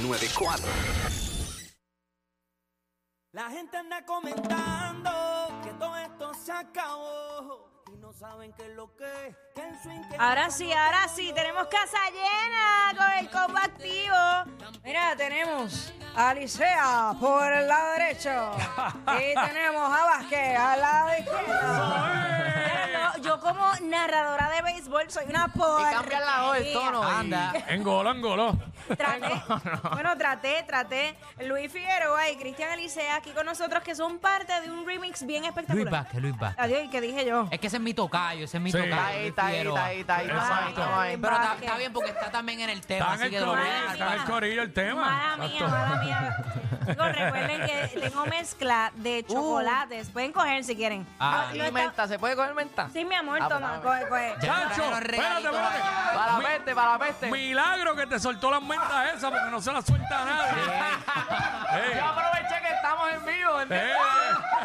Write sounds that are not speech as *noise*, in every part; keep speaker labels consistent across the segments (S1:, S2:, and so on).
S1: 94.
S2: La gente anda comentando que todo esto se acabó y no saben qué es lo que es, que el swing que
S3: Ahora
S2: no
S3: sí,
S2: como
S3: ahora
S2: todo
S3: sí,
S2: lo
S3: tenemos casa llena con el combo activo. Mira, tenemos a Licea por el lado derecho
S4: *laughs*
S3: y tenemos a Vázquez al lado izquierdo. Pero no, yo como narradora de béisbol soy una porra.
S5: cambian la voz, el tono. *laughs*
S4: Anda. Engoló, engoló.
S3: Traté, bueno, traté, traté. Luis Figueroa y Cristian Elisea aquí con nosotros que son parte de un remix bien
S4: Luis
S3: espectacular.
S4: Vázquez, Luis Vázquez.
S3: Adiós, ¿y qué dije yo?
S4: Es que ese es mi tocayo, ese es mi
S6: Sí. Está
S4: tocayo.
S5: ahí,
S4: Luis
S5: está ahí,
S4: Figueroa.
S5: está ahí, está ahí, está ahí,
S4: Exacto.
S5: está ahí.
S4: Pero está,
S3: Vázquez.
S4: está bien porque está también en el tema,
S6: Está en
S4: así
S6: el
S4: que
S6: corillo,
S4: doble.
S3: mía.
S6: está en el corillo el tema.
S3: Mala mía, mala mía. Chicos, recuerden
S6: *laughs*
S3: que tengo mezcla de chocolates. Pueden coger si quieren.
S4: Ah.
S3: No, no
S5: Y
S3: está-
S5: Uh. menta, ¿se puede comer menta?
S3: Sí, mi amor,
S5: Ah,
S3: toma,
S5: pues,
S3: coge, coge.
S4: Ya.
S6: Chacho,
S4: Los regalitos
S6: espérate, espérate.
S5: Para
S6: Mi-
S5: la peste, para la peste.
S6: Milagro que te soltó las mentas esas porque no se las suelta a nadie.
S4: eh.
S5: Yo
S6: Ey,
S5: aproveché que estamos en vivo, ¿entiendes?
S6: ey.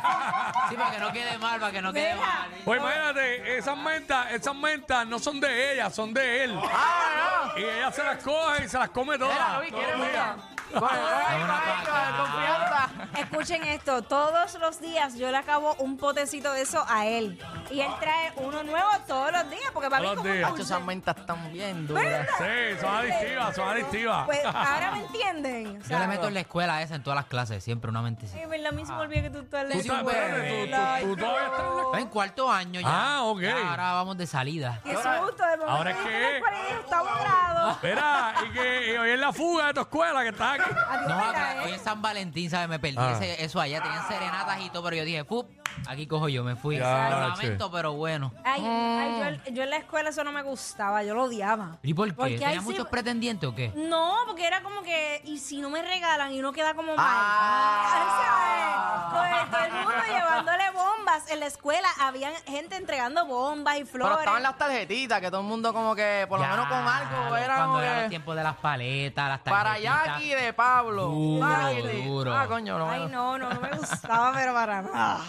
S4: Sí, para que no quede mal, para que no quede
S3: Mira.
S4: mal.
S6: Pues imagínate, esas mentas, esas mentas no son de ella, son de él.
S5: Ah,
S6: Y ella se las coge y se las come todas.
S5: Mira, Luis,
S6: todos
S5: ¿quieres
S6: los días.
S5: menta? Coge, coge,
S4: Es una
S5: coge,
S4: vaca.
S5: coge, confianza.
S3: Escuchen esto, todos los días yo le acabo un potecito de eso a él. Y él trae uno nuevo todos los días, porque para mí
S6: Todos
S3: como
S6: los días.
S3: dulce.
S5: Chacho, esas mentas están bien
S3: *laughs*
S5: duras.
S3: ¿Verdad?
S6: Sí, son adictivas, son adictivas.
S3: Pues ahora me entienden.
S6: *laughs*
S4: Yo le meto en la escuela esa en todas las clases, siempre una mentecita.
S3: Ay, verdad, a mí se me olvida que tú estás
S6: Ah. Tú
S3: leyendo.
S6: estás- espérate, tú-
S3: Ay,
S6: tú- tú todavía estás en la-
S4: Está en cuarto año ya.
S6: Ah, ok.
S4: Ya, ahora vamos de salida.
S3: Qué susto, de momento.
S6: ahora es
S3: dije,
S6: que-
S3: "Por ahí Está
S6: *laughs*
S3: borrado.
S6: Mira, y que y hoy es la fuga de tu escuela que está aquí.
S3: A ti
S4: No,
S3: te
S4: acá,
S3: cae.
S4: hoy en San Valentín, ¿sabes? Me perdí
S6: Ah.
S4: ese- eso allá. Tenían serenatas y todo, pero yo dije, ¡pup! Aquí cojo yo, me fui.
S6: Ya,
S4: Lo
S6: che.
S4: lamento, pero bueno.
S3: Ay, ay, yo, yo en la escuela eso no me gustaba, yo lo odiaba.
S4: ¿Y por qué?
S3: Porque ahí
S4: ¿Tenía
S3: sí-
S4: muchos pretendientes o qué?
S3: No, porque era como que, y si no me regalan y uno queda como mal.
S5: Ah.
S3: Ay, ¿sabes? Con todo el mundo llevándole bombas. En la escuela había gente entregando bombas y flores.
S5: Pero estaban las tarjetitas, que todo el mundo como que, por lo
S4: Ya,
S5: menos con algo, era
S4: Cuando
S5: como
S4: eran los
S5: que...
S4: tiempos de las paletas, las
S5: Para
S4: tarjetitas.
S5: Jackie de Pablo.
S4: Duro,
S5: Dale.
S4: duro.
S5: Ah, coño, no. Ah.
S3: Ay, no,
S5: bueno.
S3: no, no
S5: *laughs*
S3: me gustaba, pero para nada.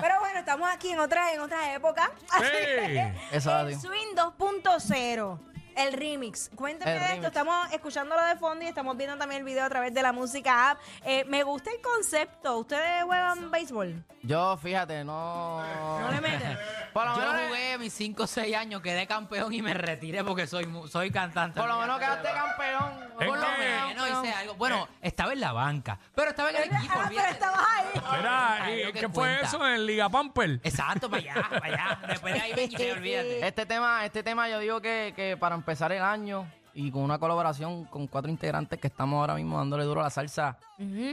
S3: Pero bueno, estamos aquí en otra, en otra época. *laughs* Así que,
S5: Eso
S3: el
S5: es así.
S3: Swing 2.0. El remix. Cuéntame
S5: El
S3: de esto.
S5: remix.
S3: Estamos escuchándolo de fondo y estamos viendo también el video a través de la música app. Eh, me gusta el concepto. ¿Ustedes juegan béisbol?
S5: Yo, fíjate, no...
S3: No
S5: *laughs*
S3: le meten.
S5: Por lo
S4: Yo
S5: menos-
S4: jugué mis 5 o 6 años, quedé campeón y me retiré porque soy, mu- soy cantante.
S5: Por lo menos quedaste campeón.
S6: Es
S5: Por lo
S6: que-
S5: menos.
S4: No hice algo. Bueno, estaba en la banca, pero estaba en el equipo.
S3: Ah, pero
S4: olvídate.
S3: estabas ahí.
S6: Mira,
S4: Ay,
S6: ¿y
S4: lo que
S6: ¿qué fue
S4: cuenta.
S6: eso en Liga Pamper?
S4: Exacto, para allá, para allá.
S5: *laughs*
S4: Después de ahí me quité, olvídate.
S5: Este tema, este tema yo digo que, que para empezar el año y con una colaboración con cuatro integrantes que estamos ahora mismo dándole duro a la salsa.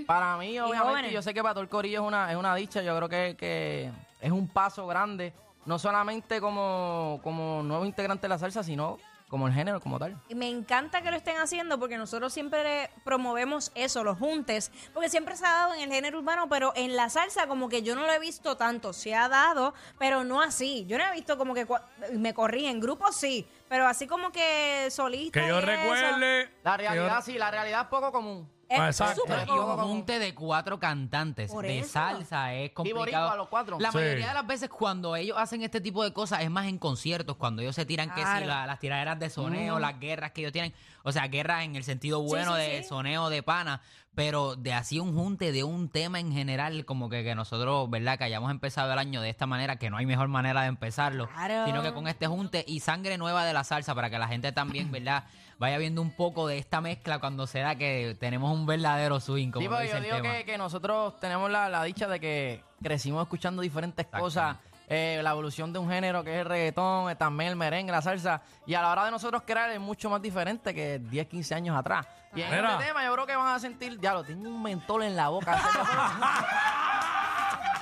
S5: Para mí, obviamente,
S3: jóvenes.
S5: yo sé que para todo el corillo es una, es una dicha. Yo creo que, que es un paso grande. No solamente como, como nuevo integrante de la salsa, sino como el género como tal.
S3: Y Me encanta que lo estén haciendo porque nosotros siempre promovemos eso, los juntes, porque siempre se ha dado en el género urbano, pero en la salsa como que yo no lo he visto tanto, se ha dado, pero no así. Yo no he visto como que cua- me corrigen, grupos sí, pero así como que solista.
S6: Que yo
S3: y eso,
S6: recuerde.
S5: La
S6: que yo-
S5: realidad, sí, la realidad es poco común.
S6: Ah,
S3: Es
S6: exacto.
S3: súper
S4: Y un
S3: poco.
S4: junte de cuatro cantantes
S3: Por
S4: de
S3: eso.
S4: salsa es complicado.
S5: boricua, los cuatro.
S4: La
S6: Sí.
S4: mayoría de las veces cuando ellos hacen este tipo de cosas es más en conciertos, cuando ellos se tiran que
S3: Claro.
S4: si la- las tiraderas de soneo, las guerras que ellos tienen, o sea, guerras en el sentido bueno
S3: sí,
S4: de
S3: sí.
S4: soneo de pana, pero de así un junte de un tema en general, como que, que nosotros, ¿verdad? Que hayamos empezado el año de esta manera, que no hay mejor manera de empezarlo,
S3: Claro.
S4: sino que con este junte y sangre nueva de la salsa para que la
S3: *clears throat*
S4: gente también, ¿verdad? Vaya viendo un poco de esta mezcla cuando se da que tenemos un verdadero swing, como
S5: Sí, porque
S4: dice
S5: yo
S4: el
S5: digo
S4: tema.
S5: que, que nosotros tenemos la, la dicha de que crecimos escuchando diferentes cosas, eh, la evolución de un género que es el reggaetón, eh, también el merengue, la salsa, y a la hora de nosotros crear es mucho más diferente que 10, 15 años atrás. Y en
S6: Mira.
S5: este tema yo creo que van a sentir, ya lo tengo un mentol en la
S6: *laughs*
S5: boca.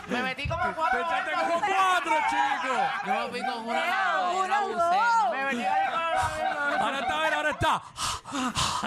S5: Me metí como
S6: Te
S5: cuatro.
S6: echaste
S5: veces.
S6: como cuatro, chicos.
S4: Yo me fui con una
S3: Leo,
S4: nave,
S3: uno,
S4: una
S3: dos.
S5: Me metí ahí con la-
S6: Ahora está, él, ahora está.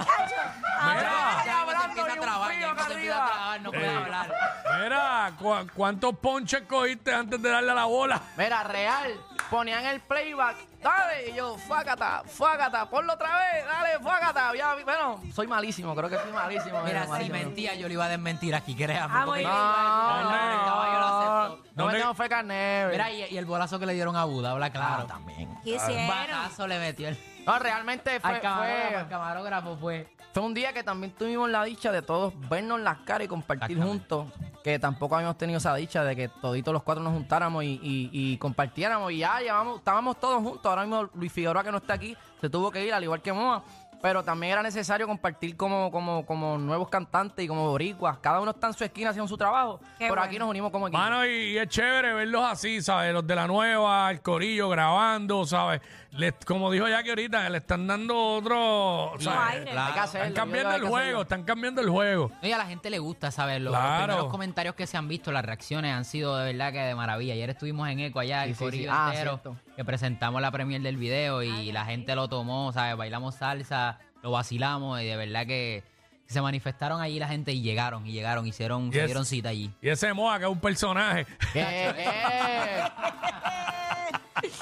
S4: Ya,
S6: Mira,
S4: ya, pues, se empieza a
S5: Hablando,
S4: trabar,
S5: y un
S4: ya
S5: frío
S4: se empieza a
S5: arriba.
S4: trabar, no puede
S6: Eh.
S4: hablar.
S6: mira, ¿cu- ¿cuántos ponches cogiste antes de darle a la bola?
S5: Mira, real. Ponían el playback. Dale. Y yo, fácata, fácata. Ponlo otra vez. Dale, fácata. Ya, bueno, soy malísimo. Creo que soy malísimo.
S4: Mira,
S5: malísimo.
S4: si mentía, yo le iba a desmentir aquí, créame.
S3: Ah,
S4: porque
S3: muy
S4: yo
S3: bien.
S4: iba a
S6: No,
S4: desmentir, el caballo lo aceptó.
S5: No
S6: ¿Dónde-
S5: me tengo fe carnero.
S3: Ah,
S4: Mira, y, y el bolazo que le dieron a Buda, habla claro. también.
S3: ¿Qué
S4: Un
S3: Ah, hicieron?
S4: batazo le metió el...
S5: No, realmente fue,
S4: Al camarógrafo,
S5: fue-
S4: al camarógrafo fue.
S5: fue un día que también tuvimos la dicha de todos vernos las caras y compartir
S4: Exactamente.
S5: juntos. Que tampoco habíamos tenido esa dicha de que toditos los cuatro nos juntáramos y, y- y compartiéramos. Y ya llevamos, estábamos todos juntos. Ahora mismo Luis Figueroa, que no está aquí, se tuvo que ir, al igual que Moa. Pero también era necesario compartir como, como, como nuevos cantantes y como boricuas. Cada uno está en su esquina haciendo su trabajo.
S3: Qué
S5: pero
S3: bueno.
S5: aquí nos unimos como equipo.
S6: Mano, y, y es chévere verlos así, ¿sabes? Los de la nueva, el corillo grabando, ¿sabes? Les, como dijo Jackie ahorita, le están dando otro. ¿sabes?
S3: aire.
S4: Claro.
S5: Hay que
S6: Están
S5: hacerlo, yo creo
S6: cambiando
S5: que
S6: el
S5: hay que hacerlo.
S6: juego, están cambiando el juego.
S4: No, y a la gente le gusta saberlo.
S6: Claro.
S4: Los primeros comentarios que se han visto, las reacciones han sido de verdad que de maravilla. Ayer estuvimos en Eco allá,
S5: Sí,
S4: el
S5: sí, sí.
S4: corillo
S5: Ah,
S4: entero,
S5: cierto.
S4: que presentamos la premier del video y la gente lo tomó, ¿sabes? Bailamos salsa, lo vacilamos y de verdad que se manifestaron allí la gente y llegaron, y llegaron, hicieron, se
S6: Yes.
S4: dieron cita allí.
S6: Y ese Moa, que es un personaje.
S5: ¿Qué? ¿Qué?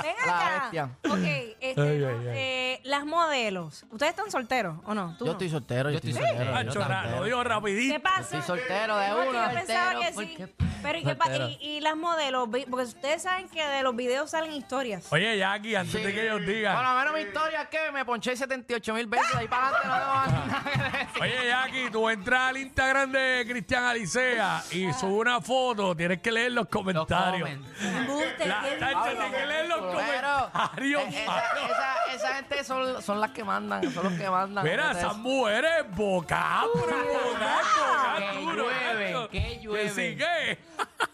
S3: Ven
S5: La
S3: acá.
S5: bestia.
S3: Ok, este,
S6: Ay,
S3: no,
S6: ay, ay.
S3: eh, las modelos. ¿Ustedes están solteros o no? ¿Tú
S5: Yo
S3: no?
S5: estoy soltero, yo
S4: Yo
S5: estoy
S4: estoy
S6: *laughs*
S5: soltero. yo
S6: Nacho,
S5: estoy
S6: ra-
S5: soltero.
S6: lo digo rapidito.
S3: ¿Qué pasa?
S5: Estoy soltero de
S3: No, es que
S5: una.
S3: yo pensaba que
S4: Soltero,
S3: sí.
S4: ¿por
S3: Pero ¿y, qué pa-
S4: Soltero.
S3: y- y las modelos? Vi- Porque ustedes saben que de los videos salen historias.
S6: Oye, Jackie, antes de que ellos
S5: Por
S6: digan.
S5: lo menos mi historia es que me ponché 78 mil veces ahí para adelante no tengo nada que decir.
S6: Oye, Jackie, tú entras al Instagram de Cristian Alicea y sube una foto, tienes que leer los
S4: Los
S6: comentarios.
S4: comments.
S3: Embuste,
S6: La-
S3: ¿quién-
S6: Nacho, tienes que leer los
S5: Pero,
S6: comentarios.
S5: eh,
S6: mano.
S5: esa, esa- esa gente son, son las que mandan, son los que mandan.
S6: Mira,
S5: Entonces,
S6: esas mujeres boca, pero boca, boca,
S4: Que
S6: duro,
S4: llueven,
S6: macho.
S4: que llueven.
S6: sí, ¿qué?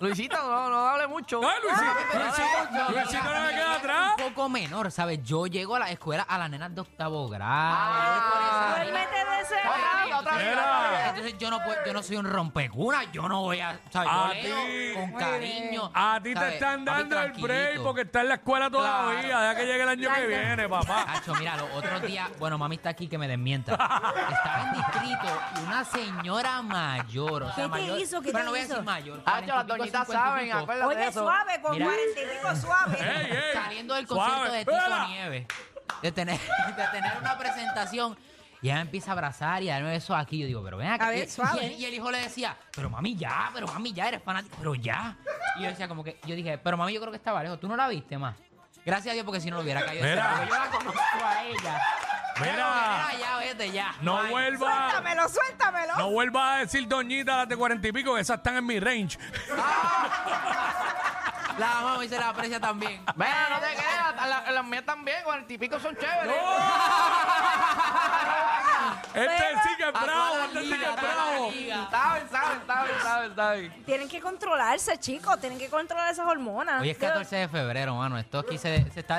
S5: Luisito, no, no hable mucho.
S6: No, Luisito,
S5: No hable
S6: Luisito,
S5: mucho.
S6: Luisito no me queda atrás.
S4: Un poco menor, ¿sabes? Yo llego a la escuela a las nenas de octavo grado.
S5: Ah.
S3: Duérmete de ese
S5: Otra
S3: lado.
S5: vida, otra vida,
S6: Mira.
S5: otra vida.
S4: Entonces yo no puedo, yo no soy un rompecuna, yo no voy a, o sea,
S6: A
S4: yo leo
S6: ti.
S4: con cariño.
S6: A ti te
S4: ¿sabes?
S6: están
S4: Papi,
S6: dando el
S4: tranquilito.
S6: break porque está en la escuela todavía.
S4: Claro.
S6: Deja que llegue el año que viene, papá.
S4: Cacho, mira, los otros días, bueno, mami está aquí que
S6: *laughs*
S4: me desmienta. Estaba en distrito y una señora mayor, o sea,
S3: ¿Qué te
S4: mayor.
S3: hizo? ¿Qué
S4: pero
S3: te
S4: no voy a
S3: hizo?
S4: decir mayor.
S5: Ah, yo, las
S4: 40 y pico,
S5: doñitas
S4: 50 y
S5: saben,
S4: pico.
S5: acuérdate de
S3: Oye,
S5: eso.
S3: suave, con
S4: Mira.
S3: 40 y pico suave.
S6: Ey, ey.
S4: saliendo del
S6: Suave.
S4: concierto de Tito
S6: Espera.
S4: Nieves, de tener, *laughs* de tener una presentación, y ella me empieza a abrazar y a darme besos aquí. Yo digo, pero ven acá.
S3: A ver,
S4: Y-
S3: suave.
S4: Y, el, y el hijo le decía, pero mami, ya, pero mami, ya eres fanático, pero ya. Y yo decía, como que, yo dije, pero mami, yo creo que estaba lejos. Tú no la viste más. Gracias a Dios, porque si no lo hubiera caído.
S6: Mira.
S4: Porque Yo la conozco a ella.
S6: Mira.
S4: Mira, ya, vete, ya.
S6: No
S4: Bye.
S6: vuelva,
S3: Suéltamelo, suéltamelo.
S6: no vuelva a decir doñita las de cuarenta y pico, que esas están en mi range.
S4: La mami se la aprecia también.
S5: Mira, no te quedas. la- Las mías también, cuarenta y pico son *laughs* chéveres.
S6: Este sí que es
S4: A
S6: bravo,
S4: toda
S6: este sí que es
S4: liga, a toda
S6: bravo.
S4: liga.
S5: Saben, saben, saben, saben, saben.
S3: Tienen que controlarse, chicos. Tienen que controlar esas hormonas.
S4: Hoy es 14 de febrero, mano. Esto aquí se, se está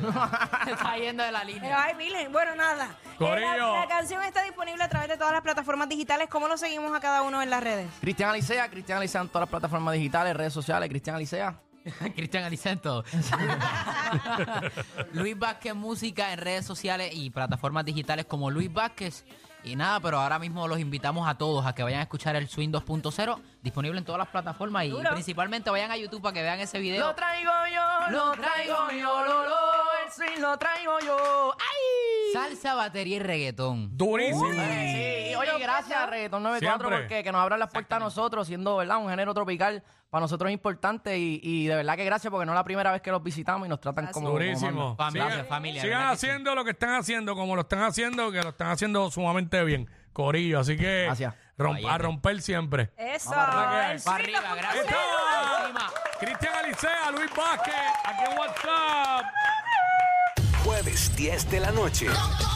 S3: *laughs*
S4: ya. Se está yendo de la
S3: Eh,
S4: línea.
S3: Ay, Virgen. Bueno, nada. Eh, la-
S6: Corillo.
S3: la canción está disponible a través de todas las plataformas digitales. ¿Cómo lo seguimos a cada uno en las redes?
S5: Cristian Alicea, Cristian Alicea en todas las plataformas digitales, redes sociales, Cristian Alicea.
S4: *laughs* Cristian Alicento. Luis Vázquez Música en redes sociales y plataformas digitales como Luis Vázquez. Y nada, pero ahora mismo los invitamos a todos a que vayan a escuchar el Swing 2.0, disponible en todas las plataformas y
S3: Duro.
S4: principalmente vayan a YouTube para que vean ese video.
S5: Lo traigo yo, lo traigo yo, lo, lo, el swing lo traigo yo. ¡Ay!
S4: Salsa, batería y reggaetón.
S6: Durísimo.
S5: Sí, y oye, gracias Reggaetón 94
S6: Siempre.
S5: porque que nos abran las puertas a nosotros, siendo verdad un género tropical para nosotros es importante y, y de verdad que gracias porque no es la primera vez que los visitamos y nos tratan como como
S6: Durísimo.
S5: manda.
S4: Familia,
S6: Sigan-
S4: familia,
S6: Sigan
S4: ¿verdad que sí?
S6: haciendo lo que están haciendo, como lo están haciendo, que lo están haciendo sumamente bien. Corillo, así que
S5: Gracias.
S6: romp-
S4: Ahí
S6: a
S4: está.
S6: romper siempre.
S3: Eso.
S6: arrancar.
S3: el
S4: Para
S3: swing
S4: arriba,
S3: lo
S4: gracias.
S3: conocemos.
S6: ¡Está!
S4: Encima.
S6: Cristian Alicea, Luis Vázquez, aquí en WhatsApp.
S1: Jueves 10 de la noche.